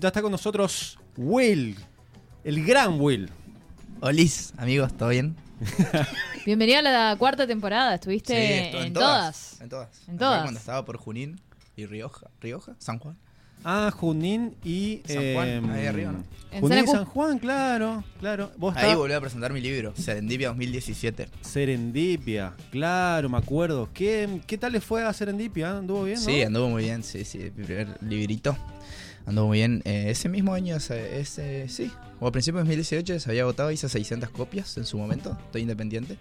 Ya está con nosotros Will, el gran Will. Olis, Oh, amigos, ¿todo bien? Bienvenido a la cuarta temporada. Estuviste estu- en, todas. En todas. En todas. Cuando estaba por Junín y Rioja. ¿Rioja? ¿San Juan? Ah, Junín y. em, San Juan, ahí arriba, ¿no? En Junín y Senacú. San Juan, claro, claro. Vos Ahí estás- volví a presentar mi libro, Serendipia 2017. Serendipia, claro, me acuerdo. ¿Qué, qué tal le fue a Serendipia? ¿Anduvo bien? Sí, no? anduvo muy bien, sí, sí, mi primer librito. Anduvo muy bien. Eh, ese mismo año, ese, ese- sí, o a principios de 2018 se había agotado, hice 600 copias en su momento, estoy independiente.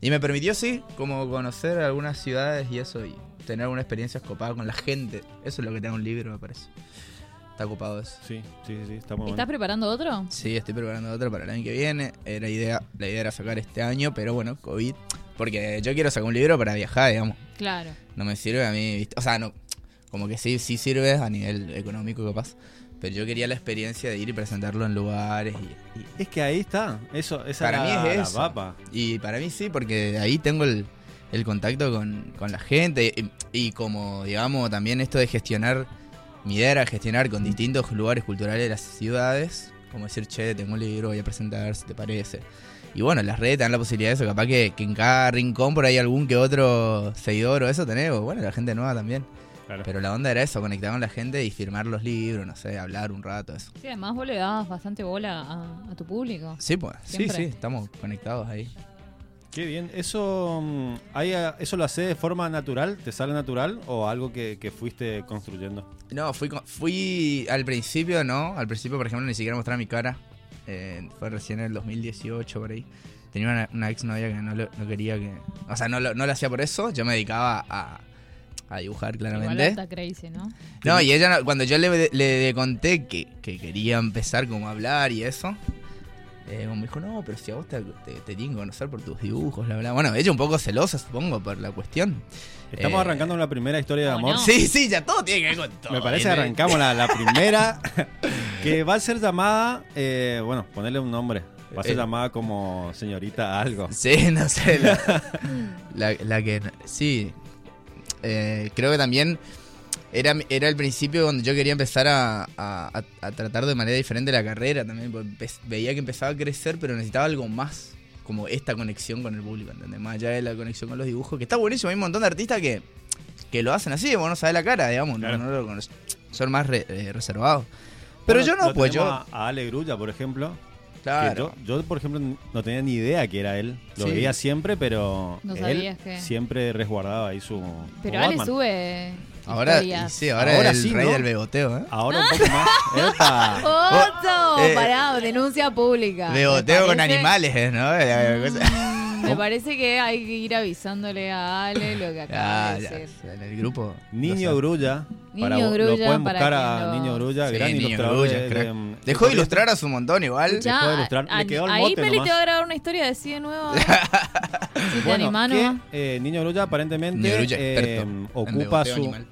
Y me permitió, sí, como conocer algunas ciudades y eso, y tener algunas experiencias copadas con la gente. Eso es lo que te da un libro, me parece. Está copado eso. Sí, sí, sí, sí, está muy ¿Estás bueno. preparando otro? Sí, estoy preparando otra para el año que viene. Era idea, la idea era sacar este año, pero bueno, COVID. Porque yo quiero sacar un libro para viajar, digamos. Claro. No me sirve a mí, ¿viste? O sea, no. Como que sí, sí sirve a nivel económico, capaz. Pero yo quería la experiencia de ir y presentarlo en lugares. Y, y- Es que ahí está. Eso, esa Para era mí es la eso. papa. y para mí sí, porque ahí tengo el, el contacto con, con la gente. Y, y como, digamos, también esto de gestionar. Mi idea era gestionar con distintos lugares culturales de las ciudades. Como decir, che, tengo un libro, voy a presentar, si te parece. Y bueno, las redes te dan la posibilidad de eso. Capaz que, que en cada rincón por ahí algún que otro seguidor o eso tenés. o Bueno, la gente nueva también. Claro. Pero la onda era eso, conectar con la gente y firmar los libros, no sé, hablar un rato, eso. Sí, además vos le dabas bastante bola a, a tu público. Sí, pues, sí, Siempre. sí, estamos conectados ahí. Qué bien. ¿Eso, mm, ahí, ah, ¿Eso lo haces de forma natural? ¿Te sale natural o algo que, que fuiste construyendo? No, fui, con- fui al principio, no, al principio, por ejemplo, ni siquiera mostraba mi cara. Eh, fue recién en el 2018, por ahí. Tenía una, una ex novia que no, lo- no quería que... O sea, no lo, no lo hacía por eso, yo me dedicaba a, a dibujar Igual claramente. está crazy, ¿no? No, y ella, no- cuando yo le, le conté que, que quería empezar como a hablar y eso, eh, me dijo, no, pero si a vos te, te, te tienen que conocer por tus dibujos, bla, bla. Bueno, ella un poco celosa, supongo, por la cuestión. Estamos Eh, arrancando la primera historia de ¿o amor. no? Sí, sí, ya todo tiene que ver con todo. ¿eh? Me parece que ¿viste? arrancamos la, la primera que va a ser llamada, eh, bueno, ponerle un nombre. Va a ser Eh. llamada como señorita algo. Sí, no sé. La, la- la que. Sí. Eh, creo que también era, era el principio cuando yo quería empezar a, a- a- a tratar de manera diferente la carrera también. porque empe- veía que empezaba a crecer, pero necesitaba algo más. Como esta conexión con el público, ¿entendés? Más allá de la conexión con los dibujos, que está buenísimo. Hay un montón de artistas que, que lo hacen así, vos no sabés la cara, digamos. no- Claro. No, lo conoces. Son más re- eh, reservados. Pero Bueno, yo no, lo pues yo. tenemos A, a Ale Grulla, por ejemplo. que claro. yo, yo, por ejemplo, no tenía ni idea que era él. Lo Sí. veía siempre, pero No él sabías que- siempre resguardaba ahí su. Pero su Ale Batman. sube Ahora, y historias. sí, ahora, Ahora es el sí, rey ¿no? del beboteo, ¿eh? Ahora Ah. un poco más. Epa. ¡Otto! eh, Pará, denuncia pública. Beboteo Me con parece- animales, ¿eh? ¿no? La cosa- Mm, Me parece que hay que ir avisándole a Ale lo que acaba Ah, de ya, decir. en el grupo. Niño Grupo. Grulla. Niño para, vos- Lo Grulla, pueden para buscar que a lo- Niño Grulla, gran ilustrador. de- de- de- Dejó de ilustrar a su montón igual. Ya. puede ilustrar. Le a- quedó el ahí mote Peli nomás. te va a grabar una historia de sí de nuevo. a ver. si te Bueno, animás, que, ¿no? eh, Niño Grulla aparentemente Niño Grulla, eh, experto en ocupa beboteo su. animal.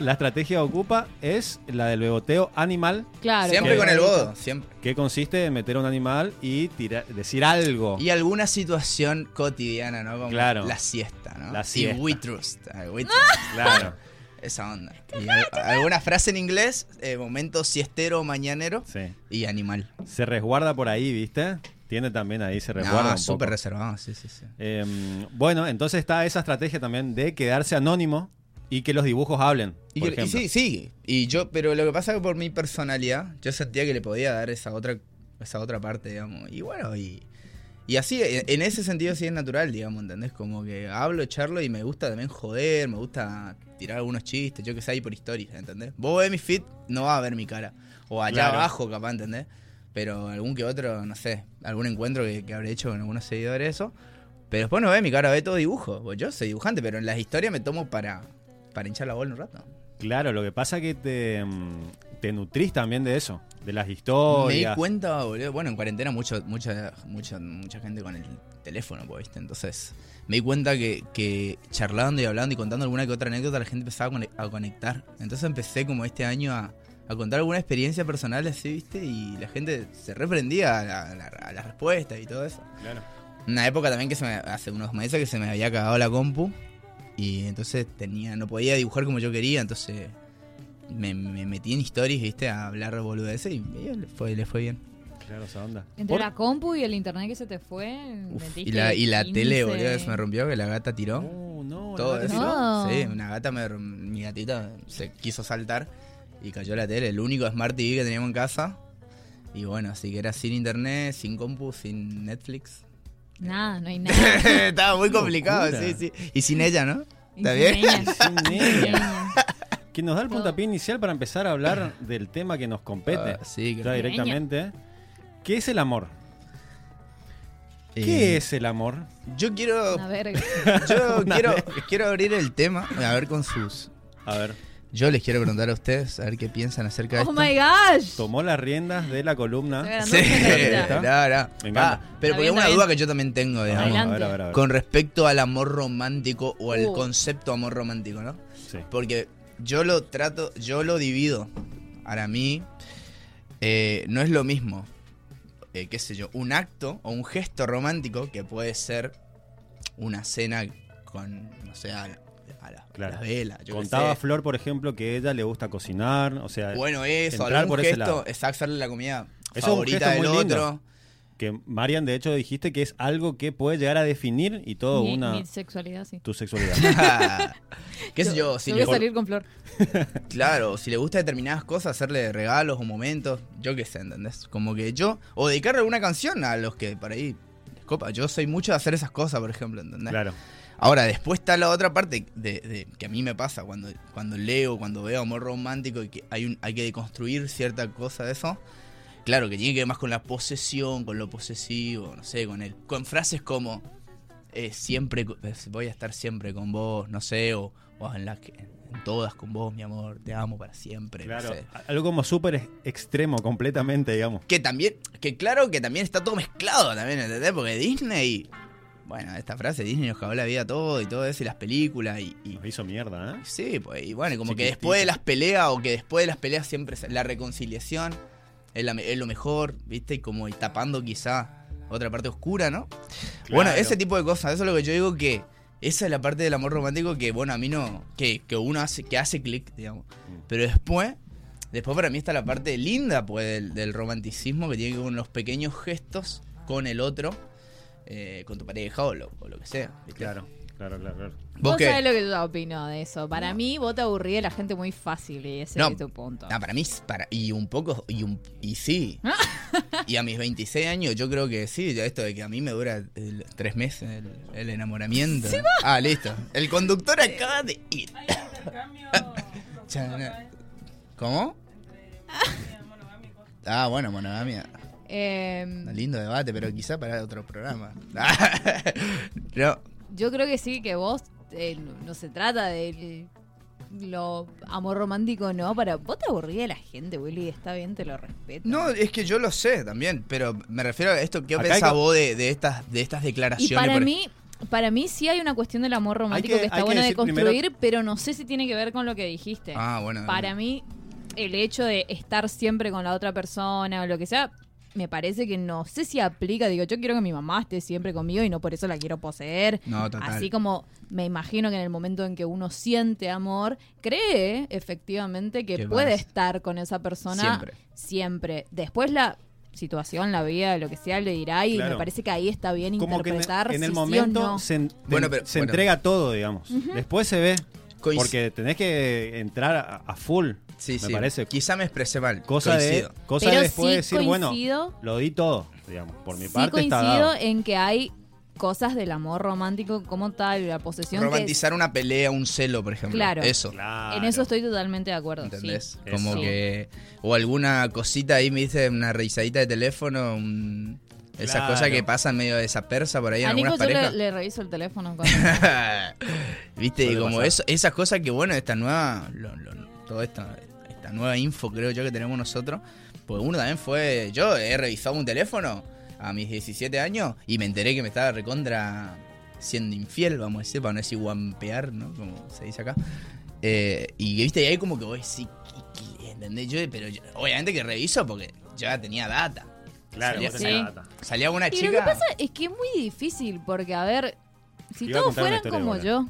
La estrategia que ocupa es la del beboteo animal, Claro. Siempre con porque- el bodo, siempre. que consiste en meter a un animal y tira- decir algo. Y alguna situación cotidiana, ¿no? Como Oh. Claro. la siesta, ¿no? La siesta. Y we trust. ah, we trust. Claro. Esa onda. Y al- alguna frase en inglés, eh, momento siestero, mañanero Sí. y animal. Se resguarda por ahí, ¿viste? Tiene también ahí, se resguarda. No, un Ah, súper poco. reservado, sí, sí, sí. Eh, bueno, entonces está esa estrategia también de quedarse anónimo y que los dibujos hablen. Y, por que- y ejemplo. sí, sí. Y yo, pero lo que pasa es que por mi personalidad, yo sentía que le podía dar esa otra, esa otra parte, digamos. Y bueno, y, y así, e, en, en ese sentido sí es natural, digamos, ¿entendés? Como que hablo, charlo y me gusta también joder, me gusta tirar algunos chistes, yo que sé, ahí por historias, ¿entendés? Vos ves mi feed, no va a ver mi cara. O allá Claro. abajo, capaz, ¿entendés? Pero algún que otro, no sé, algún encuentro que, que habré hecho con algunos seguidores, eso. Pero después no ve mi cara, ve todo dibujo. Pues yo soy dibujante, pero en las historias me tomo para, para hinchar la bola un rato. Claro, lo que pasa es que te, mm, te nutrís también de eso, de las Me di historias. cuenta, boludo. Bueno, en cuarentena mucho, mucha, mucha, mucha gente con el teléfono, pues, ¿viste? Entonces, me di cuenta que, que charlando y hablando y contando alguna que otra anécdota, la gente empezaba a cone- a conectar. Entonces empecé como este año a, a contar alguna experiencia personal así, ¿viste? Y la gente se reprendía a la, a la- a las respuestas y todo eso. Claro. Una época también que se me, hace unos meses que se me había cagado la compu. Y entonces tenía, no podía dibujar como yo quería, entonces me, me metí en stories, viste, a hablar boludeces y medio le fue, le fue bien. Claro, esa onda. Entre Por- la compu y el internet que se te fue. Uf, metiste y la, y la 15. tele, boludo, que se me rompió, que la gata tiró. No, Oh, no, todo la- eso. tiró? Sí, una gata, me, mi gatita se quiso saltar y cayó la tele. El único Smart TV que teníamos en casa. Y bueno, así que era sin internet, sin compu, sin Netflix. Nada, no hay nada. Estaba muy complicado, locura. sí, sí. Y sin ella, ¿no? Y ¿Está sin bien? ella. Sin Sin ella. ella. Que nos da el Todo. puntapié inicial para empezar a hablar del tema que nos compete. Ah, sí, ya claro. directamente. ¿Qué es el amor? ¿Qué Eh, es el amor? Yo quiero. Una verga. Yo Una quiero, quiero abrir el tema. A ver con sus. A ver, Yo les quiero preguntar a ustedes, a ver qué piensan acerca de Oh esto. my gosh. tomó las riendas de la Se columna. verá. Sí, Está. no, no. Me encanta. Ah, pero porque Está bien, es una está duda bien. que yo también tengo, digamos. a Adelante. ver, a ver, a ver. Con respecto al amor romántico o al Uh. concepto amor romántico, ¿no? Sí. Porque yo lo trato, yo lo divido. Para mí, eh, no es lo mismo, eh, qué sé yo, un acto o un gesto romántico que puede ser una cena con, no sé, a la, a la- Claro. las velas. yo qué Contaba sé. Flor, por ejemplo, que a ella le gusta cocinar, o sea, Bueno, eso, entrar algún por ese lado. gesto, es hacerle la comida Eso es un favorita gesto del muy lindo. otro. que Marian de hecho dijiste que es algo que puede llegar a definir y todo Mi, una mi sexualidad, sí. tu sexualidad. Ah, qué sé yo, si Tengo le que salir con Flor. Claro, si le gusta determinadas cosas, hacerle regalos o momentos, yo qué sé, ¿entendés? Como que yo, o dedicarle alguna canción a los que por ahí les copa. Yo soy mucho de hacer esas cosas, por ejemplo, ¿entendés? claro. Ahora, después está la otra parte de, de- que a mí me pasa cuando, cuando leo, cuando veo amor romántico y que hay, un, hay que deconstruir cierta cosa de eso. Claro, que tiene que ver más con la posesión, con lo posesivo, no sé, con el, con frases como eh, siempre co- es, voy a estar siempre con vos, no sé, o, o en, las que- en todas con vos, mi amor, te amo para siempre, no Claro, sé. algo como súper ex- extremo, completamente, digamos. Que también, que claro que también está todo mezclado también, ¿entendés? Porque Disney, bueno, esta frase, Disney nos cagó la vida a todo y todo eso, y las películas, y, y- Nos hizo mierda, ¿eh? Sí, pues, y bueno, y como que Chiquitito. después de las peleas o que después de las peleas siempre se- la reconciliación es, la me- es lo mejor, ¿viste? Y como y tapando quizá otra parte oscura, ¿no? Bueno, Claro. ese tipo de cosas, eso es lo que yo digo que esa es la parte del amor romántico que, bueno, a mí no, que, que uno hace, que hace clic, digamos. Pero después, después para mí está la parte linda, pues, del, del romanticismo que tiene que ver con los pequeños gestos con el otro, eh, con tu pareja o lo, o lo que sea. ¿viste? Claro, claro, claro. claro. ¿Vos Vos qué? sabés lo que yo opino de eso. Para No. mí, vos te aburrí de la gente muy fácil y ese No. es tu punto. Ah, para mí, para, y un poco, y, un, y sí. y a mis 26 años, yo creo que sí, ya esto de que a mí me dura el- tres meses el, el enamoramiento. ah, listo. El conductor acaba de ir. Chana. ¿Cómo? Ah, bueno, monogamia. Eh, Un lindo debate, pero quizá para otro programa. no, yo creo que sí, que vos eh, no, no se trata de lo amor romántico, no. Para vos te aburrí de la gente, Willy. Está bien, te lo respeto. no, es que yo lo sé también, pero me refiero a esto. ¿Qué Acá hay pensás co- vos de, de estas, de estas declaraciones? Y para por mí, para mí sí hay una cuestión del amor romántico que- que, hay está que bueno de decir primero- construir, pero no sé si tiene que ver con lo que dijiste. Ah, bueno. para mí, el hecho de estar siempre con la otra persona o lo que sea, me parece que no sé si aplica. Digo, yo quiero que mi mamá esté siempre conmigo y no por eso la quiero poseer. No, total. Así como me imagino que en el momento en que uno siente amor, cree efectivamente que Que puede vas. estar con esa persona Siempre. siempre. Después la situación, la vida, lo que sea, le dirá y Claro. me parece que ahí está bien Como que en, interpretar en si el sí o momento no. se, en- Bueno, pero- se bueno. entrega todo, digamos. Después se ve. Coinc- Porque tenés que entrar a, a full, Sí, me sí. parece. Quizá me expresé mal. Cosa de, Coincido. cosa Pero de después sí decir, coincido- bueno, lo di todo, digamos. Por mi sí parte está coincido dado. en que hay cosas del amor romántico como tal, la posesión. que- Romantizar una pelea, un celo, por ejemplo. Claro. Eso. Claro. en eso estoy totalmente de acuerdo. sí. ¿Entendés? sí. Como Eso. que. O alguna cosita ahí me dice una revisadita de teléfono. un- Esas Claro. cosas que pasan medio desapersa por ahí en A Nico algunas yo le, parejas. le reviso el teléfono. cuando- Viste, y Suele como pasar. eso, esas cosas que bueno, esta nueva. lo- lo- todo esto, esta nueva info creo yo que tenemos nosotros. Pues uno también fue. Yo he revisado un teléfono a mis 17 años y me enteré que me estaba recontra siendo infiel, vamos a decir, para no decir guampear, ¿no? Como se dice acá. Eh, y viste, y ahí como que voy sí, ¿entendés? Yo, pero yo- obviamente que reviso porque ya tenía data. Claro, Salía, vos Sí. tenés la data. salía una y chica. lo que pasa es que es muy difícil porque, a ver, si Iba a todos contar una fueran historia como buena. yo,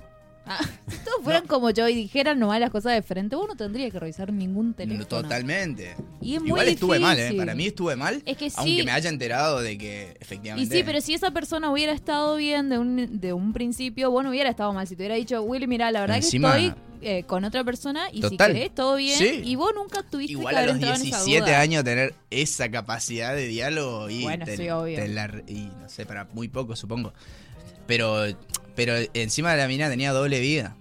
Ah, si todos fueran como yo y dijeran nomás las cosas de frente, vos no tendrías que revisar ningún teléfono. Totalmente. Y es muy Igual estuve mal, ¿eh? difícil. Para mí estuve mal. Es que sí. Aunque me haya enterado de que Y efectivamente. sí, pero si esa persona hubiera estado bien de un, de un principio, vos no hubiera estado mal. Si te hubiera dicho, Willy, mira, la verdad Encima- que estoy eh, con otra persona y Total. si querés, todo bien. Sí. Y vos nunca tuviste Igual que a haber los entrado en esa 17 duda. años tener esa capacidad de diálogo y, Bueno, sí, obvio. te la- y no sé, para muy poco supongo. Pero, pero encima de la mina tenía doble vida.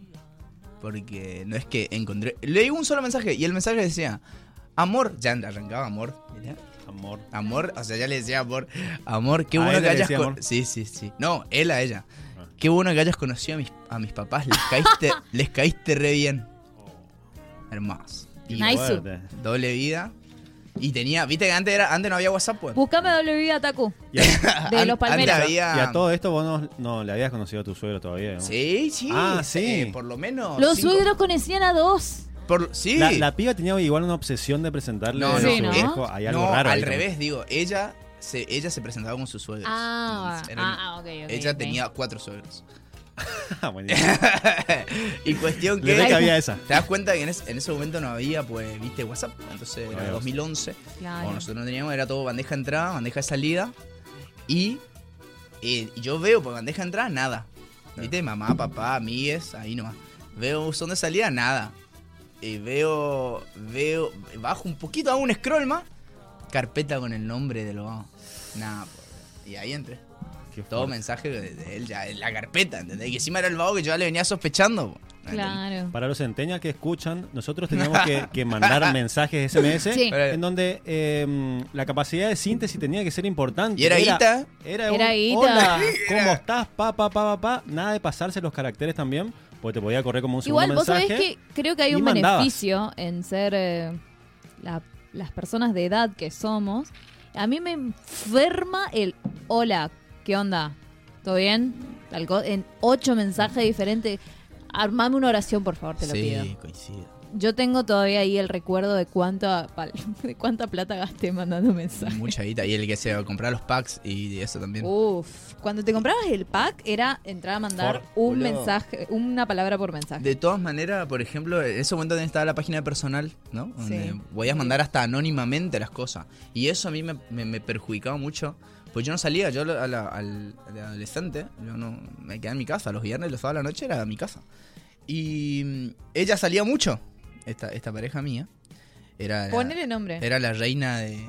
Porque no es que encontré... Leí un solo mensaje y el mensaje decía, amor, ya arrancaba amor. mirá. Amor. Amor, o sea, ya le decía amor. Amor, qué A él bueno que le hayas decía con- amor. Sí, sí, sí. No, él a ella. Ah. Qué bueno que hayas conocido a mis, a mis papás. Les caíste, les caíste re bien. Oh. Hermoso. Y Nice. Fuerte. doble vida. Y tenía, viste que antes era, antes no había WhatsApp, pues. Buscame doble vida, Taku. Y a, De Ah, An- los palmeros. Antes había. y a todo esto vos no, no le habías conocido a tu suegro todavía. ¿no? Sí, sí. Ah, sí. eh, por lo menos. Los cinco- suegros conocían a dos. por- sí. La, la piba tenía igual una obsesión de presentarle No, a no. su Sí, ¿no? viejo. Hay algo no, raro. ahí al también. revés, digo. Ella se, ella se presentaba con sus suegros. Ah, Era- ah, ah, ok, ok. Ella ok. tenía cuatro suegros. Ah, buenísimo. y cuestión Le re que. que había esa. Te das cuenta que en, es- en ese momento no había, pues, viste, WhatsApp. Entonces No era había 2011. Claro. O nosotros no teníamos, era todo bandeja de entrada, bandeja de salida. Y, eh, y yo veo por bandeja de entrada nada. Viste, mamá, papá, amigues, ahí nomás. Veo buzón de salida, nada. Eh, veo, veo, bajo un poquito, hago un scroll más. Carpeta con el nombre de lo Nada, por- y ahí entré. Qué Todo fuerte. mensaje de, de él ya en la carpeta, ¿entendés? Que encima era el vago que yo ya le venía sospechando. pues. po. ¿Entendés? Claro. Para los centenias que escuchan, nosotros teníamos que, que mandar mensajes SMS Sí. en donde eh, la capacidad de síntesis tenía que ser importante. Y era guita. Era, Era un, guita. Hola, ¿cómo estás? Pa, pa, pa, pa, pa. Nada de pasarse los caracteres también, porque te podía correr como un segundo Igual, vos mensaje. sabés que creo que hay y un mandabas. beneficio en ser eh, la- las personas de edad que somos. A mí me enferma el hola, ¿qué onda? ¿Todo bien? Tal co- en ocho mensajes diferentes. Armame una oración, por favor, te lo pido. coincido. Yo tengo todavía ahí el recuerdo de cuánta, pal- de cuánta plata gasté mandando mensajes. Mucha guita. Y el que se compraba los packs y eso también. Uh, Uf, cuando te comprabas el pack era entrar a mandar Por un culo. mensaje, una palabra por mensaje. De todas maneras, por ejemplo, en ese momento también estaba la página de personal, ¿no? Donde Sí. podías mandar hasta anónimamente las cosas. Y eso a mí me, me- me perjudicaba mucho. Pues yo no salía, yo a la- a la- al, al adolescente, yo no, me quedaba en mi casa. Los viernes, los sábados a la noche era mi casa. Y mm, ella salía mucho, esta, esta pareja mía. Era, Ponele nombre. era la reina de,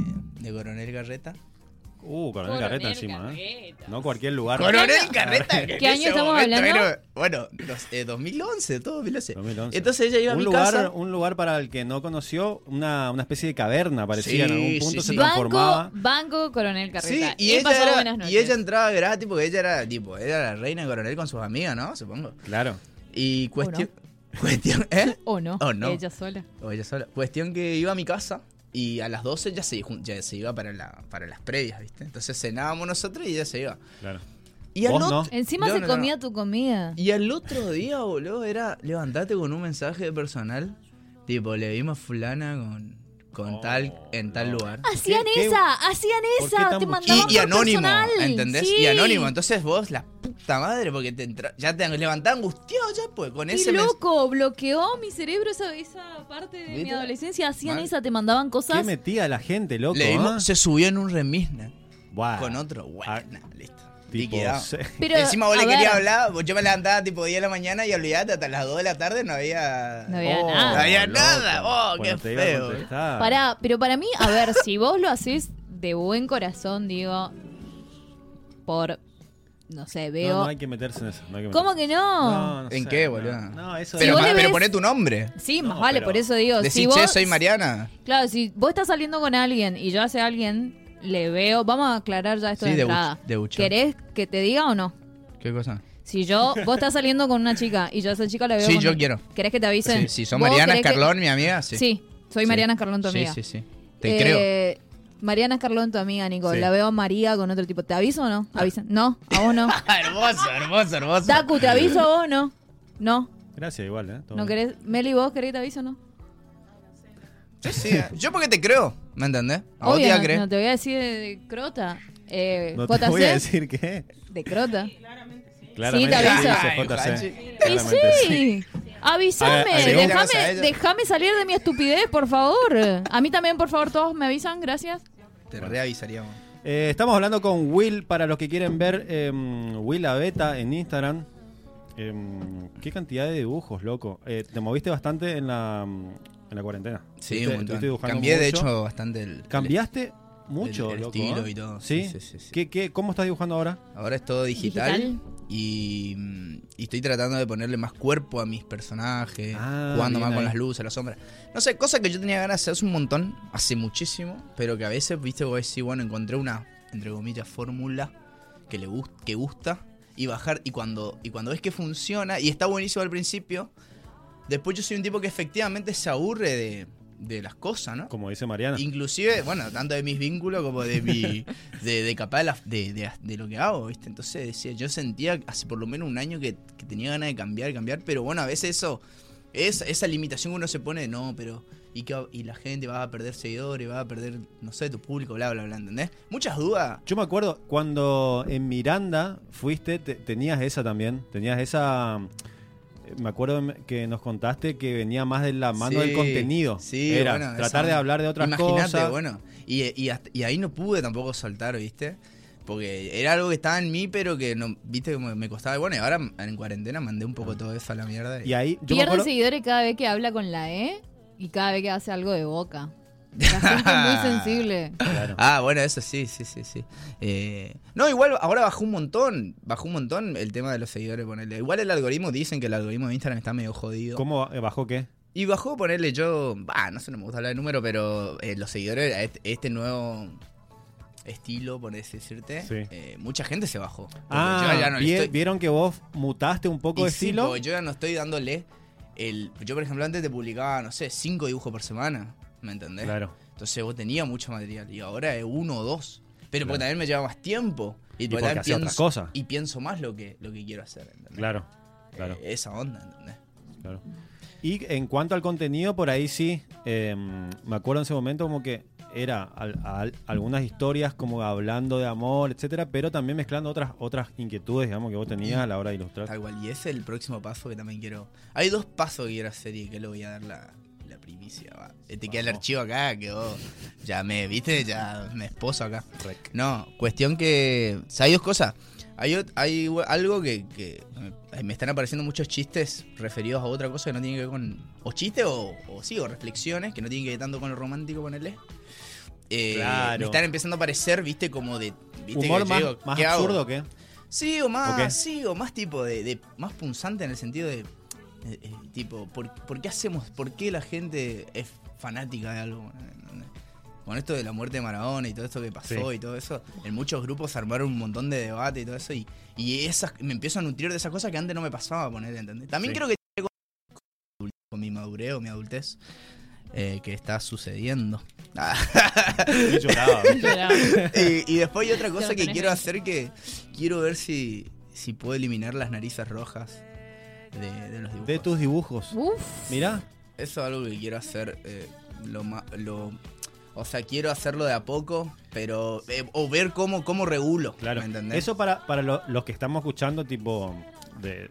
de Coronel Garreta. Uh, coronel carreta encima, ¿eh? No cualquier lugar. Coronel Carreta. ¿Qué año estamos hablando? bueno, dos- eh, 2011, todo 2011. 2011. Entonces ella iba a un mi lugar, casa. un lugar para el que no conoció, una, una especie de caverna parecía Sí, en algún punto sí, se sí. transformaba. Banco, banco Coronel Sí, Carreta. y He pasado ella, buenas era, noches. y ella entraba gratis porque ella era tipo, era la reina de coronel con sus amigas, ¿no? Supongo. Claro. Y cuestión. Cuestión, ¿eh? O no, O no. ella sola. O ella sola. Cuestión que iba a mi casa y a las 12 ya se, jun- ya se iba para, la, para las previas, ¿viste? Entonces cenábamos nosotros y ella se iba. Claro. Y al Vos otro- no. Encima Yo se no, no, comía no. tu comida. Y al otro día, boludo, era levantarte con un mensaje personal. Tipo, le vimos a fulana con, con Oh, tal, en tal no. lugar. Hacían qué- esa, hacían por qué esa. tan Te buchito? mandaban Y, y por anónimo, personal. ¿entendés? Sí. Y anónimo. Entonces vos, la puta madre, porque te entra- ya te levantás angustiado ya, pues, con Qué ese mens- loco, bloqueó mi cerebro esa, esa parte de mi ¿Viste? adolescencia. Hacían Mal. esa, te mandaban ¿Qué cosas. metía la gente, loco? Le dimos- ah? Se subió en un remis, ¿no? Buah. con otro. Bueno, Ah, listo. Tipo, Liquidado. se- Pero, Encima vos a le ver, querías hablar, vos- yo me levantaba tipo 10 de la mañana y olvidate, hasta las 2 de la tarde no había... No había Oh, nada. No había loco. nada. Oh, Cuando qué te iba a feo. contestar. Pará, pero para mí, a ver, si vos lo hacés de buen corazón, digo, por, no sé, No, veo... no hay que meterse en eso. no hay que ¿Cómo meterse. que No, no ¿En sé, qué, no. boludo? No, eso Pero, vos ma- le pero ves- poné tu nombre. Sí, No, más vale, pero por eso digo. Decís, si vos, che, soy Mariana. Claro, si vos estás saliendo con alguien y yo hace alguien, le veo. Vamos a aclarar ya esto Sí, de de entrada. buch- de buchón. ¿Querés que te diga o no? ¿Qué cosa? Si yo, vos estás saliendo con una chica y yo a esa chica la veo. Sí, con- yo quiero. ¿Querés que te avisen? Sí, si son ¿Vos Mariana querés que- Escarlón, mi amiga, sí. Sí, soy Sí. Mariana Escarlón, tu amiga. Sí, sí, sí. Te Eh, creo. Mariana Escarlón, tu amiga, Nico. Sí. Ah. La veo a María con otro tipo. ¿Te aviso o no? Avisa. No, a vos no. hermoso, hermoso, hermoso. Daku, ¿te aviso o vos no? No. Gracias, igual, ¿eh? Todo ¿No bien. querés? Meli, ¿vos querés que te aviso o no? Yo sí, eh. yo porque te creo, ¿me entendés? A vos Obvio, te la no, crees. no te voy a decir de, de crota. Eh, No te JC, voy a decir qué. De crota. Claramente te aviso. dice JC. Ay, Juanchi. Y Claramente, sí. Avísame, A- agregó- Agregamos a déjame, ella. déjame salir de mi estupidez, por favor. A mí también, por favor, todos me avisan, gracias. Te reavisaríamos. Eh, estamos hablando con Will para los que quieren ver eh, Will Aveta en Instagram. Em, qué cantidad de dibujos, loco. Eh, te moviste bastante en la, mm, en la cuarentena. Sí, Estuviste- un montón. estuviste dibujando Cambié, de mucho. hecho, bastante el. Cambiaste mucho, el loco. estilo ¿eh? y todo. ¿Sí? Sí, sí, sí, sí. ¿Qué- qué- cómo estás dibujando ahora? Ahora es todo digital. Digital. Y, mm, y estoy tratando de ponerle más cuerpo a mis personajes, Ah, jugando bien más con ahí. las luces, las sombras. No sé, cosas que yo tenía ganas de hacer hace un montón, hace muchísimo, pero que a veces, viste, vos decís, bueno, encontré una, entre comillas, fórmula que le gust- que gusta y bajar. Y cuando, y cuando ves que funciona y está buenísimo al principio, después yo soy un tipo que efectivamente se aburre de, de las cosas, ¿no? Como dice Mariana. Inclusive, bueno, tanto de mis vínculos como de mi. de, de capaz de, la- de, de- de lo que hago, ¿viste? Entonces decía, yo sentía hace por lo menos un año que, que tenía ganas de cambiar, cambiar, pero bueno, a veces eso. Es, esa limitación que uno se pone, no, pero. Y, qué va- y la gente va a perder seguidores, va a perder, no sé, tu público, bla, bla, bla, ¿entendés? Muchas dudas. Yo me acuerdo cuando en Miranda fuiste, te- tenías esa también. Tenías esa. eh, Me acuerdo que nos contaste que venía más de la mano Sí, del contenido. sí, Era bueno, esa tratar de onda. hablar de otras Imagínate, cosas. bueno. Y, y hasta- y ahí no pude tampoco soltar, ¿viste? Porque era algo que estaba en mí, pero que no, viste, como me costaba. Y Bueno, y ahora en cuarentena mandé un poco todo eso a la mierda. Ah. Y ahí. Yo me Pierde acuerdo- seguidores cada vez que habla con la E y cada vez que hace algo de boca. La gente es muy sensible. Claro. Ah, bueno, eso sí, sí, sí, sí. Eh, no, igual ahora bajó un montón, bajó un montón el tema de los seguidores, ponerle. Igual el algoritmo, dicen que el algoritmo de Instagram está medio jodido. ¿Cómo eh, bajó qué? Y bajó ponerle yo, bah, no sé, no me gusta hablar de número, pero eh, los seguidores, a este, este nuevo estilo, por así decirte, Sí. eh, mucha gente se bajó. Porque Ah, yo ya no le vi- estoy- vieron que vos mutaste un poco y de sí, estilo. porque yo ya no estoy dándole el... Yo, por ejemplo, antes te publicaba, no sé, cinco dibujos por semana, ¿me entendés? Claro. Entonces vos tenías mucho material y ahora es uno o dos. Pero Claro. porque también me lleva más tiempo. Y, porque también hacía otra cosa. Y pienso más lo que, lo que quiero hacer, ¿entendés? Claro. Claro. Eh, esa onda, ¿entendés? Claro. Y en cuanto al contenido, por ahí sí, eh, me acuerdo en ese momento como que era al- al- algunas historias como hablando de amor, etcétera, pero también mezclando otras otras inquietudes, digamos, que vos tenías a la hora de ilustrar. Tal cual. Y ese es el próximo paso que también quiero. Hay dos pasos que quiero hacer y que lo voy a dar la, la primicia. va. Eh, Te queda el Vamos. archivo acá, que vos ya me, viste, ya me esposo acá. No, cuestión que. o sea, hay dos cosas. Hay, ot- hay u- algo que, que, eh, me están apareciendo muchos chistes referidos a otra cosa que no tiene que ver con. O chistes o, o sí, o reflexiones que no tienen que ver tanto con lo romántico, ponerle. Eh, Claro. Me están empezando a aparecer, viste, como de. Viste, que Humor yo más, digo, más ¿qué hago? absurdo que Sí, o más, ¿O qué? sí, o más tipo de, de- más punzante en el sentido de eh, eh, tipo, ¿por, por qué hacemos? ¿Por qué la gente es fanática de algo? Con esto de la muerte de Maradona y todo esto que pasó Sí. y todo eso, en muchos grupos se armaron un montón de debate y todo eso y, y esas me empiezo a nutrir de esas cosas que antes no me pasaba poner, ¿entendés? También Sí. creo que tiene que ver con, con mi madurez o mi adultez eh, que está sucediendo. Y lloraba. Lloraba. y, y después hay otra Ya cosa lo que tenés quiero ahí. hacer que quiero ver si, si puedo eliminar las narices rojas de, de los dibujos. de tus dibujos. Uf. Mirá, Eso es algo que quiero hacer eh, lo ma- lo o sea, quiero hacerlo de a poco, pero eh, o ver cómo cómo regulo, claro. ¿me entendés? Eso para, para lo- los que estamos escuchando, tipo, de,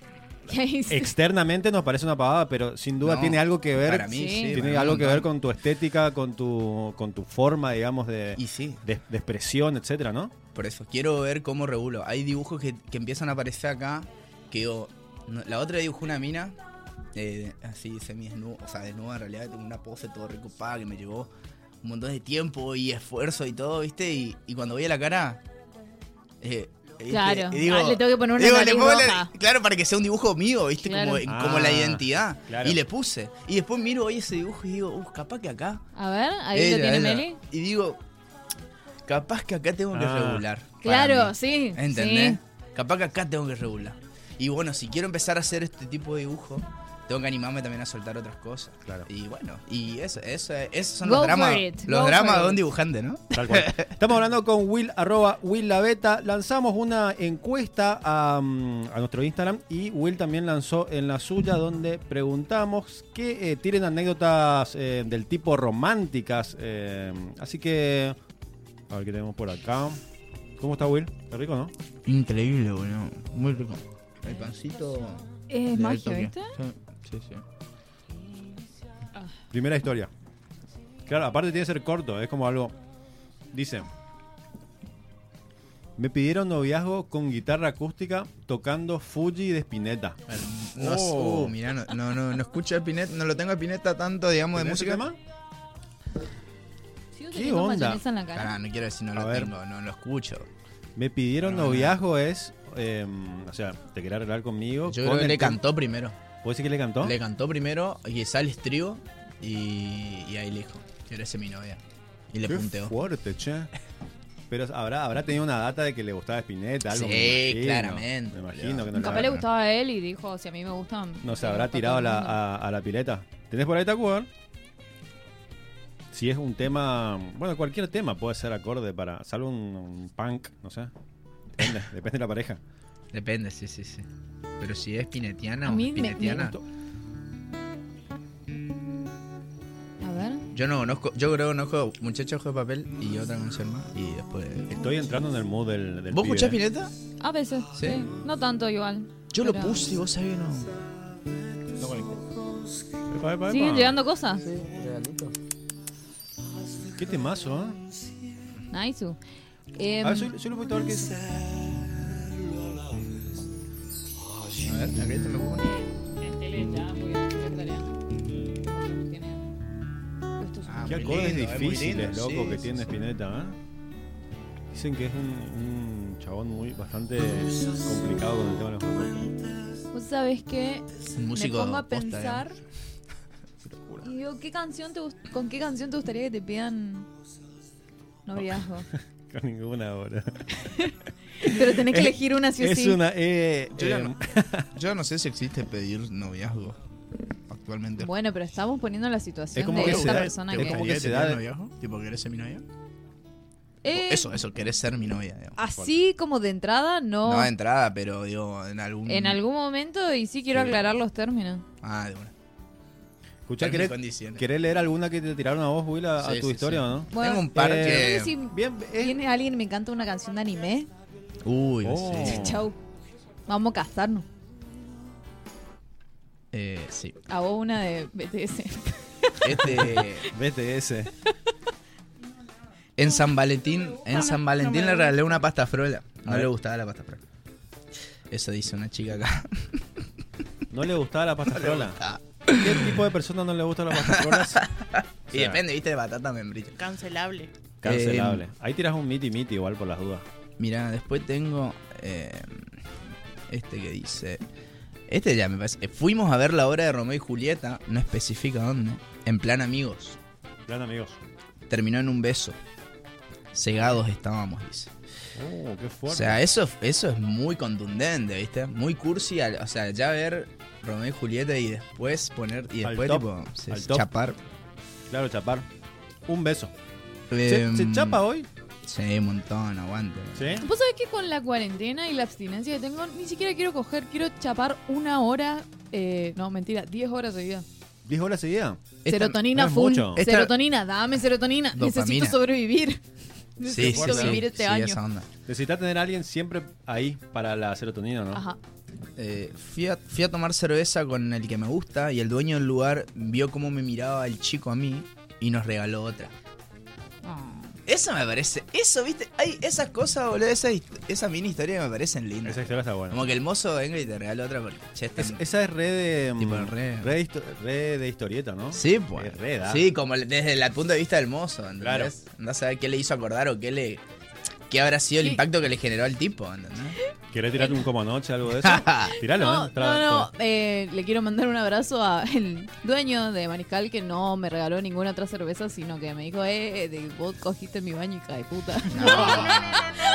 ¿Qué hice? externamente nos parece una pavada, pero sin duda No, tiene algo que ver. para mí sí, Sí. para mí tiene un algo que ver montón. con tu estética, con tu, con tu forma, digamos, de, y sí, de, de expresión, etcétera, ¿no? Por eso, quiero ver cómo regulo. Hay dibujos que, que empiezan a aparecer acá. Que digo, no- la otra dibujó una mina, eh, así semidesnuda, o sea, desnuda en realidad, con una pose todo recopada que me llevó un montón de tiempo y esfuerzo y todo, ¿viste? Y, y cuando voy a la cara. eh, ¿viste? Claro. Y digo- Ah, le tengo que poner una digo, le nariz pongo la- roja. claro, para que sea un dibujo mío, ¿viste? Como, Claro. como la Ah, identidad. claro. Y le puse. Y después miro hoy ese dibujo y digo, uh, capaz que acá. A ver, ahí Ella, lo tiene ella. Meli. Y digo, capaz que acá tengo que Ah. regular. para Claro, mí. sí. ¿Entendés? sí. Capaz que acá tengo que regular. Y bueno, si quiero empezar a hacer este tipo de dibujo, tengo que animarme también a soltar otras cosas. Claro. Y bueno, y eso, eso, esos son Go los for dramas. it, Los go dramas for de un it. dibujante, ¿no? Tal cual. Estamos hablando con Will, arroba Will La Beta. Lanzamos una encuesta a, mm, a nuestro Instagram y Will también lanzó en la suya donde preguntamos que eh, tiren anécdotas eh, del tipo románticas. eh, así que, a ver qué tenemos por acá. ¿Cómo está Will? ¿Está rico, no? Increíble, boludo. Muy rico. El pancito. Es del magia, Tokio. ¿viste? Sí, sí, sí. Primera historia. Claro, aparte tiene que ser corto, es como algo. Dice. Me pidieron noviazgo con guitarra acústica tocando Fuji de Spinetta. Herm- No, sé, Oh. uh, mirá, no, no, no, no escucho a Pineta, no lo tengo a Pineta tanto, digamos, de ¿Tenés ese música. tema? Sigo ¿Qué teniendo onda? mayonesa en la cara. Pará, no quiero decir no A lo ver. tengo, no lo escucho. Me pidieron No, no. noviazgo es. eh, o sea, te quería arreglar conmigo. Yo con creo que el le tem- cantó primero. ¿Puedes decir que le cantó? Le cantó primero y sale estribo y, y ahí le dijo, quiero ser mi novia. Y le Qué punteó. fuerte, che. Pero habrá, habrá tenido una data de que le gustaba Spinetta, algo Sí, me imagino. claramente, Me imagino boludo. que no le Capaz le habrá- gustaba a él y dijo, si a mí me gustan... No se le habrá gusta a tirado a todo el la, mundo. a, a la pileta. ¿Tenés por ahí Tacuban? Si es un tema. Bueno, cualquier tema puede ser acorde para. Salvo un, un punk, no sé. Depende, depende de la pareja. Depende, sí, sí, sí. Pero si es pinetiana A o mí me- pinetiana. Esto- A ver. Yo no conozco, yo creo que conozco Muchachos de papel y otra canción más. Y después. Estoy entrando en el mood del. del ¿Vos pibe. ¿eh? escuchás Pineta? A veces, Sí. sí. No tanto igual. Yo lo pero- puse, vos sabés que no. Epa, epa, ¿Siguen epa. llegando cosas? Qué temazo, ¿eh? Nice. A Em, ver, soy, soy lo poquito a ver qué es. A ver, acá este me pone. Ah, Qué muy acordes lindo, es muy difíciles, lindo, loco, sí, que sí, tiene sí. Spinetta, ¿eh? Dicen que es un, un chabón muy bastante complicado con el tema de los acordes. Vos sabés que Un me músico. pongo a posta, pensar digamos. y digo, ¿qué canción te gust- ¿con qué canción te gustaría que te pidan noviazgo? Con ninguna ahora. Pero tenés que elegir una sí o es sí. una. eh, Yo ya eh, no. Yo no sé si existe pedir noviazgo actualmente. Bueno, pero estamos poniendo la Es situación como de que se esta da- persona es ¿Te que... como- gustaría que se tener da de- noviazgo? Tipo, ¿querés ser mi novia? Eh, Eso, eso, querés ser mi novia. Ah, digamos. Así como de entrada, no. No de entrada, pero digo, en algún. oh. En algún momento, y sí quiero Sí. aclarar los términos. Ah, de una. escuchá, Términos y ¿querés, condiciones. querés leer alguna que te tiraron a vos, Will, a, a Sí, tu sí, historia sí. o no? Tengo un par Eh, creo que que. si Bien, eh, viene alguien y me canta una canción de anime, Uy, Oh. sí. chau. Vamos a casarnos. Eh, sí. A vos una de BTS. Este. BTS. En San Valentín, en San Valentín le regalé una pasta frola. No ver. le gustaba la pasta frola. Eso dice una chica acá. ¿No le gustaba la pasta frola? ¿Qué tipo de persona no le gusta la pasta frola? Y depende, viste, de Eh, batata membrillo. Cancelable. Cancelable. Ahí tiras un miti miti igual por las dudas. Mira, después tengo eh, este que dice. Este ya me parece. eh, Fuimos a ver la obra de Romeo y Julieta, no especifica dónde. En plan amigos. Plan amigos. Terminó en un beso. Cegados estábamos, dice. Oh, qué O fuerte. sea, eh. eso, eso es muy contundente, ¿viste? Muy cursi. al- o sea, ya ver Romeo y Julieta y después poner. Y Al después, top, tipo, se- al top. chapar. claro, chapar. Un beso. Em, ¿Se, se chapa hoy? Sí, un montón, aguante. Sí. Vos sabés que con la cuarentena y la abstinencia que tengo, ni siquiera quiero coger, quiero chapar una hora. eh, no, mentira, 10 horas seguidas. 10 horas seguidas. Esta- serotonina no es full. mucho. Esta- Serotonina, dame serotonina. Dopamina. Necesito sobrevivir. Sí, sí, Necesito sí. sobrevivir sí, este año. esa onda. Necesitas tener a alguien siempre ahí para la serotonina, ¿no? Ajá. Eh, fui, a, fui a tomar cerveza con el que me gusta y el dueño del lugar vio cómo me miraba el chico a mí y nos regaló otra. Ah. Eso me parece. Eso, viste. Hay esas cosas, boludo. Esas, hist- esas mini historias me parecen lindas. Esa historia está buena. Como que el mozo venga y te regala otra porque, che, este esta- Es- esa es red de. mm, Tipo de red. red de histo- red de historieta, ¿no? Sí, pues. Es re, da. Sí, como le- desde el punto de vista del mozo, ¿entendés? Claro. No sabe qué le hizo acordar o qué le. qué habrá sido el Sí. impacto que le generó al tipo, ¿entendés? ¿Querés tirarte un como anoche, algo de eso? Ah, Tiralo, No, ¿eh? Tra- no, no. tra- eh, le quiero mandar un abrazo al dueño de Mariscal que no me regaló ninguna otra cerveza, sino que me dijo, eh, de- vos cogiste en mi baño, hija de puta. No,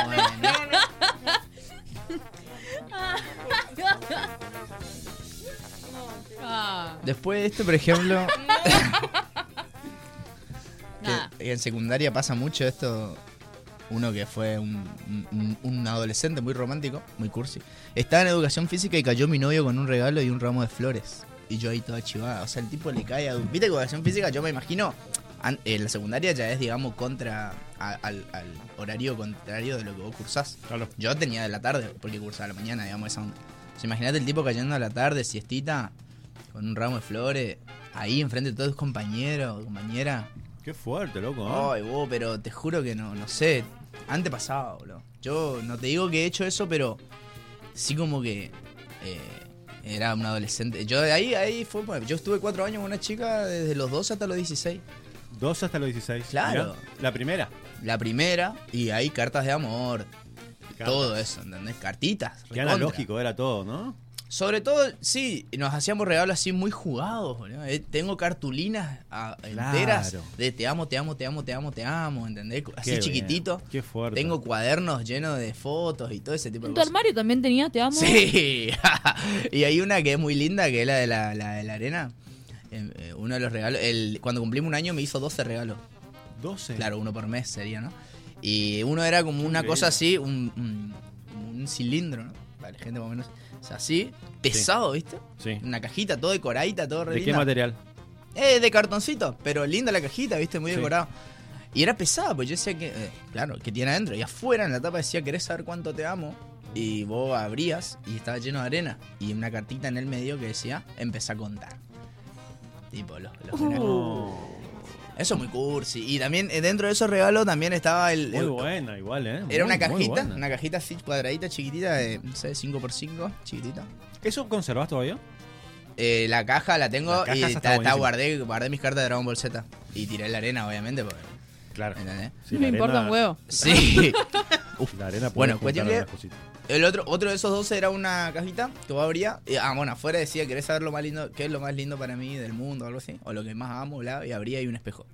bueno. Ah, Después de esto, por ejemplo, nada. que en secundaria pasa mucho esto. Uno que fue un, un- un adolescente muy romántico, muy cursi. Estaba en educación física y cayó mi novio con un regalo y un ramo de flores. Y yo ahí toda chivada. O sea, el tipo le cae a... Viste que educación física, yo me imagino... an- En la secundaria ya es, digamos, contra... a- al, al horario contrario de lo que vos cursás. Claro. Yo tenía de la tarde, porque cursaba a la mañana, digamos, esa onda. O sea, imagínate el tipo cayendo a la tarde, siestita, con un ramo de flores, ahí enfrente de todos tus compañeros, compañera. Qué fuerte, loco. ¿eh? Ay, vos, pero te juro que no, no sé. Antepasado, boludo. Yo no te digo que he hecho eso, pero sí como que eh, era un adolescente. Yo de ahí, ahí fue, bueno, yo estuve cuatro años con una chica desde los 12 hasta los 16. Dos hasta los 16. Mirá, Claro. La primera. La primera, y ahí cartas de amor, Cartas. todo eso, ¿entendés? Cartitas. Qué recontra. analógico era todo, ¿no? Sobre todo, sí, nos hacíamos regalos así muy jugados, boludo. Eh, Tengo cartulinas ah, Claro. enteras de te amo, te amo, te amo, te amo, te amo, ¿entendés? Así Qué chiquitito. bien, Qué fuerte. Tengo cuadernos llenos de fotos y todo ese tipo de En tu cosas. armario también tenías, te amo. Sí, y hay una que es muy linda, que es la de la, la de la arena. Eh, eh, Uno de los regalos, el, cuando cumplimos un año me hizo 12 regalos. 12. Claro, uno por mes sería, ¿no? Y uno era como una Increíble. cosa así, un, un- un cilindro, ¿no? Vale, gente más o menos. O sea, así, pesado, ¿viste? Sí. Una cajita, todo decoradita, todo re ¿De qué linda. material? Eh, de cartoncito, pero linda la cajita, viste, muy Sí. decorada. Y era pesada, pues yo decía que, eh, claro, que tiene adentro. Y afuera en la tapa decía, ¿querés saber cuánto te amo? Y vos abrías y estaba lleno de arena. Y una cartita en el medio que decía, empezá a contar. Tipo, los, los Oh. Eso es muy cursi. Y también eh, dentro de esos regalos también estaba el... Muy el- buena, igual, ¿eh? Era Muy, una muy cajita, buena. una cajita así cuadradita, chiquitita, de, no sé, 5x5, chiquitita. ¿Eso conservás todavía? Eh, la caja la tengo La caja y esa ta- está ta- buenísima. guardé, guardé mis cartas de Dragon Ball Z. Y tiré la arena, obviamente, porque. Claro. ¿entendés? Sí, no la me importa un arena- huevo. Sí. La arena puede Bueno, juntar cuestión algunas que- cositas. El otro, otro de esos dos era una cajita que vos abrías. y, ah, bueno, afuera decía, ¿querés saber lo más lindo? ¿Qué es lo más lindo para mí del mundo? o algo así. O lo que más amo, bla, y abría y un espejo.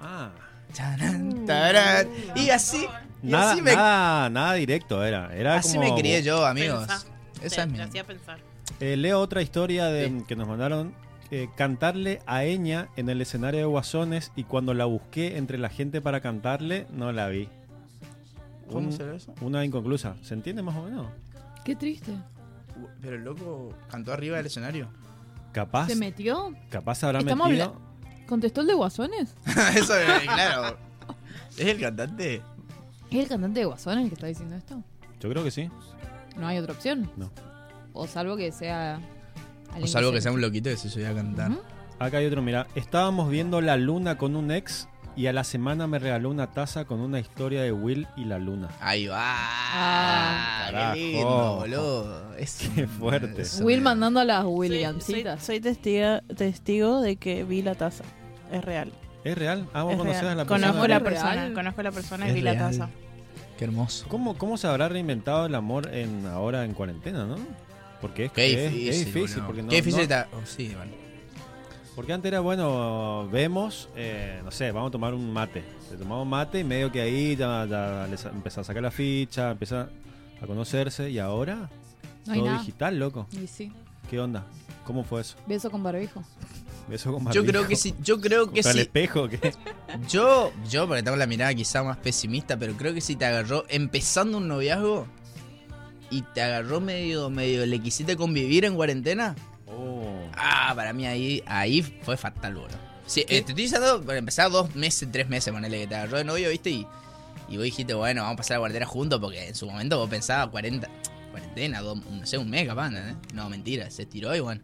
Ah. Tarán, tarán. Y así. Y Nada, así me, nada, nada directo era. Era así como- me crié yo, amigos. Pensá. Esa es Te- mi. Te hacía pensar. Eh, leo otra historia de, que nos mandaron. eh, cantarle a Eña en el escenario de Guasones y cuando la busqué entre la gente para cantarle, no la vi. ¿Cómo Un- será eso? Una inconclusa. ¿Se entiende más o menos? Qué triste. Uh, Pero el loco cantó arriba del escenario. Ah, Capaz, ¿Se metió? capaz habrá Estamos metido. ¿Contestó el de Guasones? Eso, eh, claro. ¿Es el cantante? ¿Es el cantante de Guasones el que está diciendo esto? Yo creo que sí. No hay otra opción. No. O salvo que sea. O alguien salvo que sea un loquito que se subiera a cantar. Ujú. Acá hay otro, mira. Estábamos viendo la luna con un ex y a la semana me regaló una taza con una historia de Will y la luna. Ahí va. Ah. Carajo. qué lindo, boludo. Es Qué fuerte. es Will una- mandando a las Soy, soy, Williamsitas. soy testiga- testigo de que vi la taza. Es real. ¿Es real? Ah, vos es conocés real. a la persona. conozco la ¿Es real? persona. Conozco a la persona y Es vi la real. taza. Qué hermoso. ¿Cómo, ¿Cómo se habrá reinventado el amor en ahora en cuarentena, no? Porque es, Qué es- es difícil. difícil. boludo. Porque, no- Qué difícil no- está. oh, sí, vale. porque antes era, bueno, vemos, eh, no sé, vamos a tomar un mate. Te tomamos mate y medio que ahí ya, ya les- empezás a sacar la ficha, empezás a conocerse y ahora No hay todo nada. digital, loco. Y sí. ¿Qué onda? ¿Cómo fue eso? Beso con barbijo. Beso con Yo barbijo. creo que sí. Yo creo que ¿Contra el sí. espejo? ¿qué? Yo, yo, porque tengo la mirada quizá más pesimista, pero creo que si te agarró empezando un noviazgo y te agarró medio, medio, le quisiste convivir en cuarentena. Oh. Ah, para mí ahí, ahí fue fatal, boludo. Sí, eh, te estoy diciendo, para empezar dos meses, tres meses, ponele que te agarró de novio, ¿viste? Y, y vos dijiste, bueno, vamos a pasar la cuarentena juntos, porque en su momento vos pensabas 40, cuarentena, dos- no sé, un mes capaz, ¿eh? No, mentira, se estiró y bueno.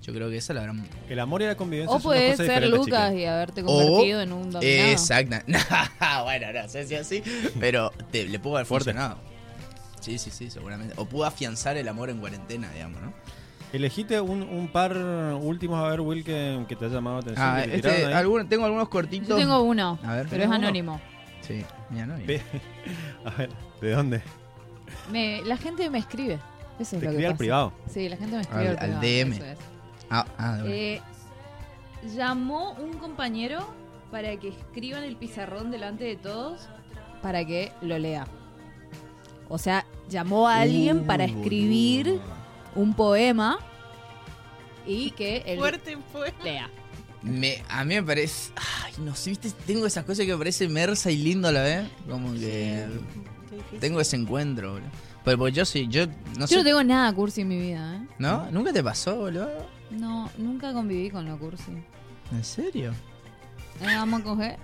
Yo creo que esa la habrán. El amor y la convivencia O son dos puede cosas ser diferentes, Lucas chicos. y haberte O- convertido en un dominado. Exacta. bueno, no sé si así, pero te- le pudo haber Fuerte. funcionado. Sí, sí, sí, seguramente. O pudo afianzar el amor en cuarentena, digamos, ¿no? Elegiste un, un par últimos, a ver, Will, que, que te ha llamado la atención. Ah, que te tiraron ahí. este, tengo algunos Yo cortitos. tengo uno, A ver. pero ¿Tenés es uno? anónimo. Sí, mira, no. Ve- A ver, ¿de dónde? Me- la gente me escribe. Eso es Te lo que escribí al pasa. privado. Sí, la gente me escribe Al- al privado, DM. eso es. Ah, ah, de una. Eh, llamó un compañero para que escriba en el pizarrón delante de todos para que lo lea. O sea, llamó a alguien Uh, para escribir Uh. boludo. un poema y que él Fuerte fue. lea. Me- a mí me parece. Ay, no sé, viste, tengo esas cosas que me parece mersa y lindo a la vez. Como que. Qué difícil. Tengo ese encuentro, boludo. Pero porque yo sí, yo no Yo sé. no tengo nada cursi en mi vida, ¿eh? ¿No? ¿Nunca te pasó, boludo? No, nunca conviví con lo cursi. Eh, ¿En serio? vamos a coger.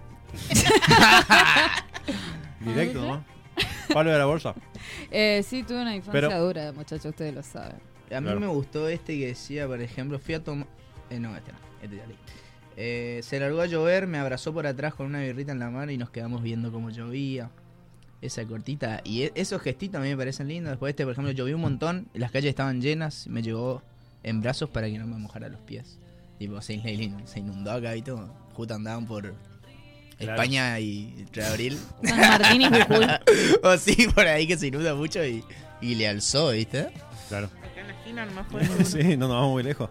Directo, ¿no? Palo de la bolsa. Eh, sí, tuve una infancia Pero- dura, muchachos, ustedes lo saben. A mí Claro. me gustó este que decía, por ejemplo, fui a tomar... no, este no, este ya leí. Eh, se largó a llover, me abrazó por atrás con una birrita en la mano y nos quedamos viendo cómo llovía. Esa cortita. Y e- esos gestitos a mí me parecen lindos. Después este, por ejemplo, llovió un montón, las calles estaban llenas, me llevó en brazos para que no me mojara los pies. Tipo, se, inle- se inundó acá y todo. Justo andaban por Claro. Oh. España y 3 de abril. San Martín y Jujuy. o sí, por ahí que se inunda mucho y, y le alzó, ¿viste? Claro. Acá en la esquina nomás fue. uno. Sí, no nos vamos muy lejos.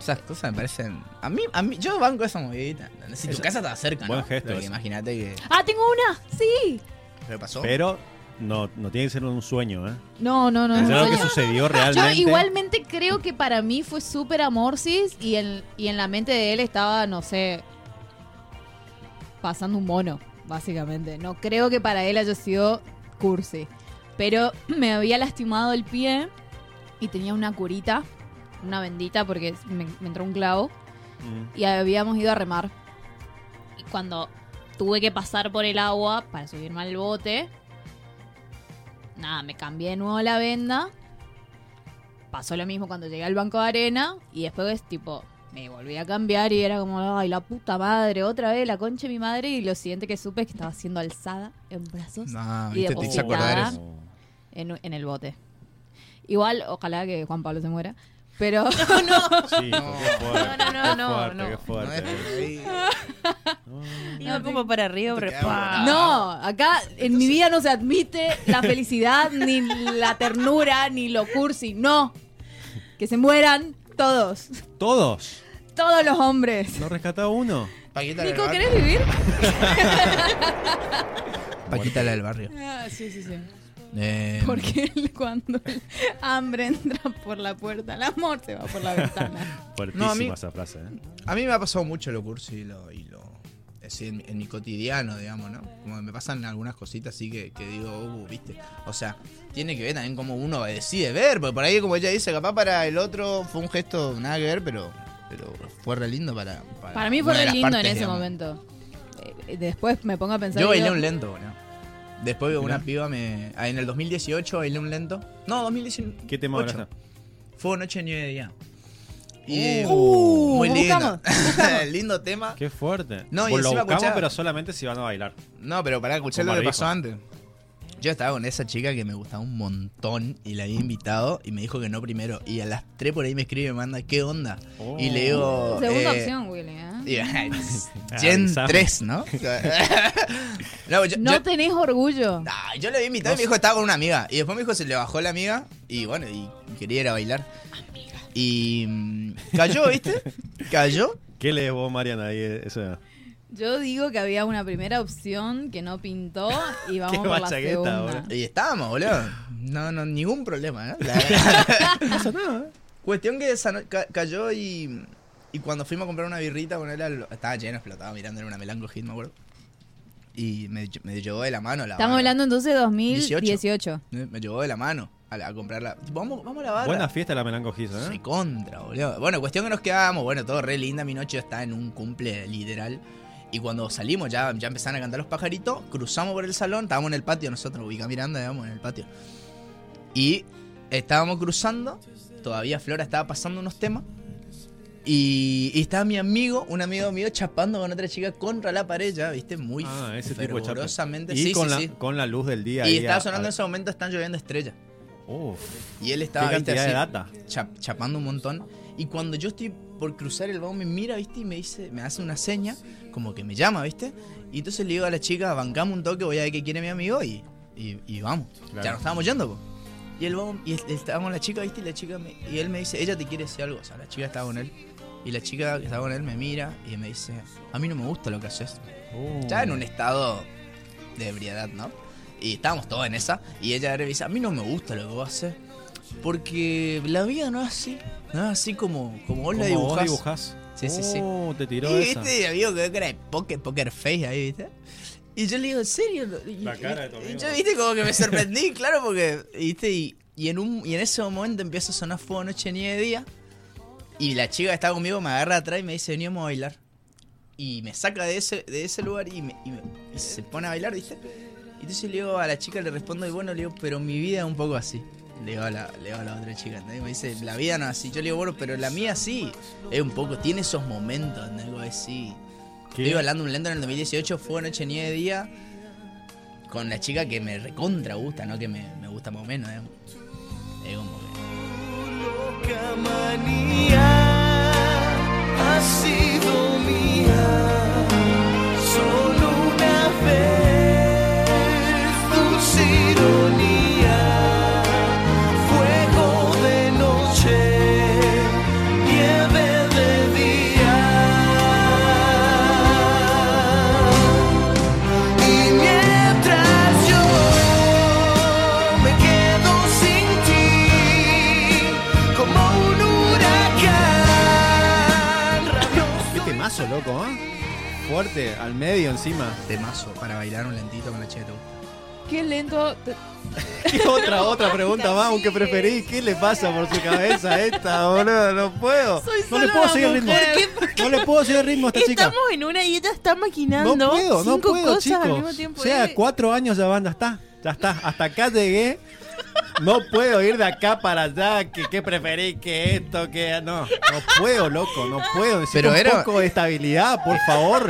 Esas cosas me parecen. A mí, a mí yo banco esa movidita. Si tu Esa- casa está cerca, Buen ¿no? gesto Porque ese. imagínate que. ¡Ah, tengo una! ¡Sí! ¿Qué pasó? Pero no, no tiene que ser un sueño, ¿eh? No, no, no. Es no, algo que no. sucedió Yo realmente. igualmente creo que para mí fue súper amorcis y en, y en la mente de él estaba, no sé, pasando un mono, básicamente. No creo que para él haya sido cursi. Pero me había lastimado el pie y tenía una curita, una bendita porque me- me entró un clavo Mm. y habíamos ido a remar. Y cuando tuve que pasar por el agua para subirme al bote, nada, me cambié de nuevo la venda. Pasó lo mismo cuando llegué al banco de arena y después, tipo, me volví a cambiar y era como, ay, la puta madre, otra vez la concha de mi madre. Y lo siguiente que supe es que estaba siendo alzada en brazos No, Y viste, de te hice Oh. acordar nada. eso. en, en el bote. Igual, ojalá que Juan Pablo se muera. Pero Sí, No. qué fuerte, No, no, no, qué fuerte, no, no. qué No fuerte. es- ahí. No, no, no. Iba como para arriba, Te pero cago, ¡pah! no. No, acá en mi vida no se admite la felicidad, ni la ternura, ni lo cursi. No. Que se mueran todos. Todos. Todos los hombres. ¿No rescataba uno? Paquita la del Nico, barrio. ¿querés vivir? Paquita la del barrio. Ah, sí, sí, sí. Eh, Porque él, cuando el hambre entra por la puerta, el amor se va por la ventana. Fuertísima No, a mí- esa frase, ¿eh? A mí me ha pasado mucho lo cursi y lo. Y lo es decir, en, mi- en mi cotidiano, digamos, ¿no? Como me pasan algunas cositas así que, que digo, uh, viste. O sea, tiene que ver también cómo uno decide ver, porque por ahí, como ella dice, capaz para el otro fue un gesto nada que ver, pero, pero fue re lindo para. Para, Para mí fue una de re las lindo partes, en ese digamos. momento. Eh, Después me pongo a pensar. Yo y bailé digo, un lento, boludo. Después una piba me. ah, En el 2018 bailé un lento. No, 2019. ¿Qué tema Ocho. hablas? Fue noche de nieve de día. Y. Uh, muy lindo. buscamos, lindo tema. Qué fuerte. No, y Vos lo encima buscamos, escuchá- pero solamente si van a bailar. No, pero pará, Con escuchar lo que barbijo. pasó antes. Yo estaba con esa chica que me gustaba un montón y la había invitado y me dijo que no primero. Y a las 3 por ahí me escribe y me manda, ¿qué onda? Oh. Y le digo. Segunda eh, opción, Willy. ¿eh? y- Gen Avisame. 3, ¿no? no, yo- No yo- tenés orgullo. Ah, yo le había invitado y me dijo que estaba con una amiga. Y después me dijo se le bajó la amiga y bueno, y quería ir a bailar. Y mm, cayó, ¿viste? cayó. ¿Qué lees vos, Mariana? Ahí, eh, eso. Yo digo que había una primera opción que no pintó y vamos Qué por la bachagueta, segunda. boludo. Y estábamos, boludo. No, no, ningún problema, ¿eh? La- Cuestión que esa no- ca- cayó y. Y cuando fuimos a comprar una birrita con él, al- estaba lleno, explotaba mirando, era una melanco hit, me acuerdo. Y me, lle- me llevó de la mano la Estamos barra. hablando entonces de 2018. Eh, Me llevó de la mano a, la- a comprarla. Tipo, vamos, vamos a la barra. Buena fiesta la melancojiza, ¿eh? Recontra, boludo. Bueno, cuestión que nos quedábamos, bueno, todo re linda. Mi noche está en un cumple literal. Y cuando salimos, ya, ya empezaron a cantar los pajaritos. Cruzamos por el salón, estábamos en el patio nosotros, ubica Miranda, digamos, en el patio. Y estábamos cruzando. Todavía Flora estaba pasando unos temas. Y, y estaba mi amigo, un amigo mío, chapando con otra chica contra la pared, ya, viste, muy Ah, ese tipo de chapa. fervorosamente. Y Sí, con, sí, la, sí. con la luz del día. Y ahí estaba a- sonando a- en ese momento, están lloviendo estrellas. Uf, Y él qué estaba, viste, cantidad de así, data. chap- chapando un montón. Y cuando yo estoy por cruzar el vagón, me mira, ¿viste? Y me dice, me hace una seña, como que me llama, ¿viste? Y entonces le digo a la chica, bancame un toque, voy a ver qué quiere mi amigo y, y, y vamos. Claro. Ya nos estábamos yendo, po. Y el vagón, y es- estábamos la chica, ¿viste? Y la chica, me- y él me dice, ella te quiere decir algo. O sea, la chica estaba con él. Y la chica que estaba con él me mira y me dice, a mí no me gusta lo que haces. Oh. Ya en un estado de ebriedad, ¿no? Y estábamos todos en esa. Y ella revisa, a mí no me gusta lo que vos haces. Porque la vida no es así. No es así como, como ¿Cómo vos la dibujás. dibujás? Sí, sí, sí. Oh, te tiró y esa. este amigo que era de poker, poker face ahí, ¿viste? Y yo le digo, ¿en serio? Y- La cara de y- tu amigo. y yo, ¿viste? Como que me sorprendí, claro, porque, ¿viste? Y, y en un, y en ese momento empieza a sonar fuego noche, ni de día. Y la chica que estaba conmigo me agarra atrás y me dice, veníamos a bailar. Y me saca de ese, de ese lugar y, me- y me- y se pone a bailar, ¿viste? Y entonces le digo a la chica, le respondo, y bueno, le digo, pero mi vida es un poco así. Le digo a la, le digo a la otra chica, ¿entendés? Me dice, la vida no es así. Yo le digo, bueno, pero la mía sí. Es un poco, tiene esos momentos, ¿entendés? Digo, es sí. ¿Qué? Yo iba hablando un lento en el 2018, fue Noche Nieve de Día, con la chica que me recontra gusta, ¿no? Que me, me gusta más o menos, ¿eh? Es como que- Loca manía ha sido mía solo una vez. Dulce ironía, fuego de noche, nieve de día. Y mientras yo me quedo sin ti, como un huracán Qué rabioso. temazo, loco, ¿eh? Fuerte, al medio encima. Temazo para bailar un lentito con la chica que te gusta. Qué lento. te- ¿Qué otra, otra pregunta más, aunque sigue. preferís? ¿Qué le pasa por su cabeza a esta, boludo? No puedo. Soy no le solo puedo una seguir el ritmo. mujer. No le puedo seguir el ritmo a esta chica. Estamos en una y ella está maquinando No puedo, cinco no puedo, cosas chicos. al mismo tiempo. o sea, Eh, cuatro años ya banda, está. Ya está. Hasta acá llegué. No puedo ir de acá para allá. Que, que preferís que esto, que. No, no puedo, loco, no puedo. Necesito Pero un era- poco de estabilidad, por favor.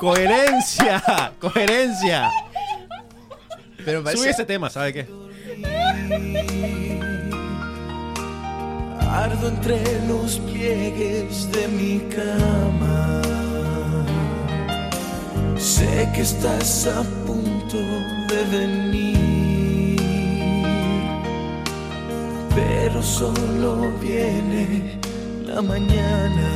Coherencia, coherencia. Pero parece... Sube ese tema, ¿sabe qué? Ardo entre los pliegues de mi cama. Sé que estás a punto de venir, pero solo viene la mañana.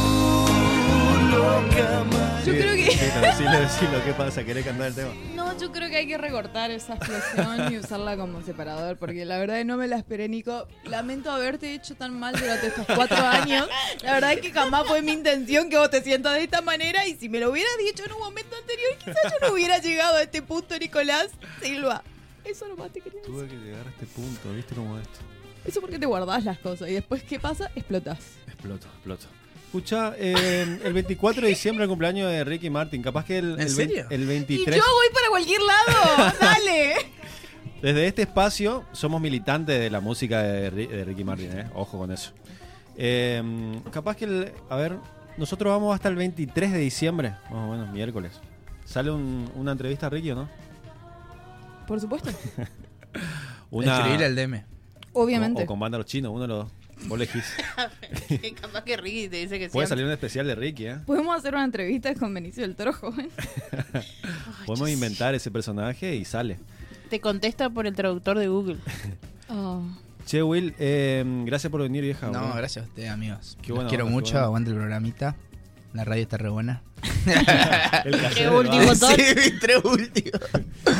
Tú, loca María. Yo creo que- Sí, no, decilo, decilo, ¿qué pasa? ¿Querés cantar el tema? No, yo creo que hay que recortar esa explosión y usarla como separador, porque la verdad que no me la esperé, Nico. Lamento haberte hecho tan mal durante estos cuatro años. La verdad que jamás fue mi intención que vos te sientas de esta manera y si me lo hubieras dicho en un momento anterior, quizás yo no hubiera llegado a este punto, Nicolás Silva. Eso nomás te quería decir. Tuve que llegar a este punto, ¿viste cómo esto? Eso porque te guardás las cosas y después, ¿qué pasa? Explotás. Exploto, exploto. Escucha, em, el 24 de diciembre el cumpleaños de Ricky Martin. Capaz que el, ¿En el, vein- serio? el Y 23. yo voy para cualquier lado. Dale. Desde este espacio somos militantes de la música de, Ri- de Ricky Martin, ¿eh? Ojo con eso. Eh, capaz que el. A ver, nosotros vamos hasta el 23 de diciembre, más o menos, miércoles. ¿Sale un- una entrevista a Ricky o no? Por supuesto. Una, Escribile al DM. o, Obviamente. o con banda los chinos, uno de los dos. Vos elegís. que capaz que Ricky te dice que sí. Puede salir un especial de Ricky, ¿eh? Podemos hacer una entrevista con Benicio del Toro, joven. Podemos inventar ese personaje y sale. Te contesta por el traductor de Google. Oh. Che, Will, eh, gracias por venir, vieja. No, boludo. gracias a ustedes, amigos. Qué Los buena quiero onda, qué mucho, buena onda. aguante el programita. La radio está re buena. El cassette Qué de último. Bad- botón. Sí, tres últimos.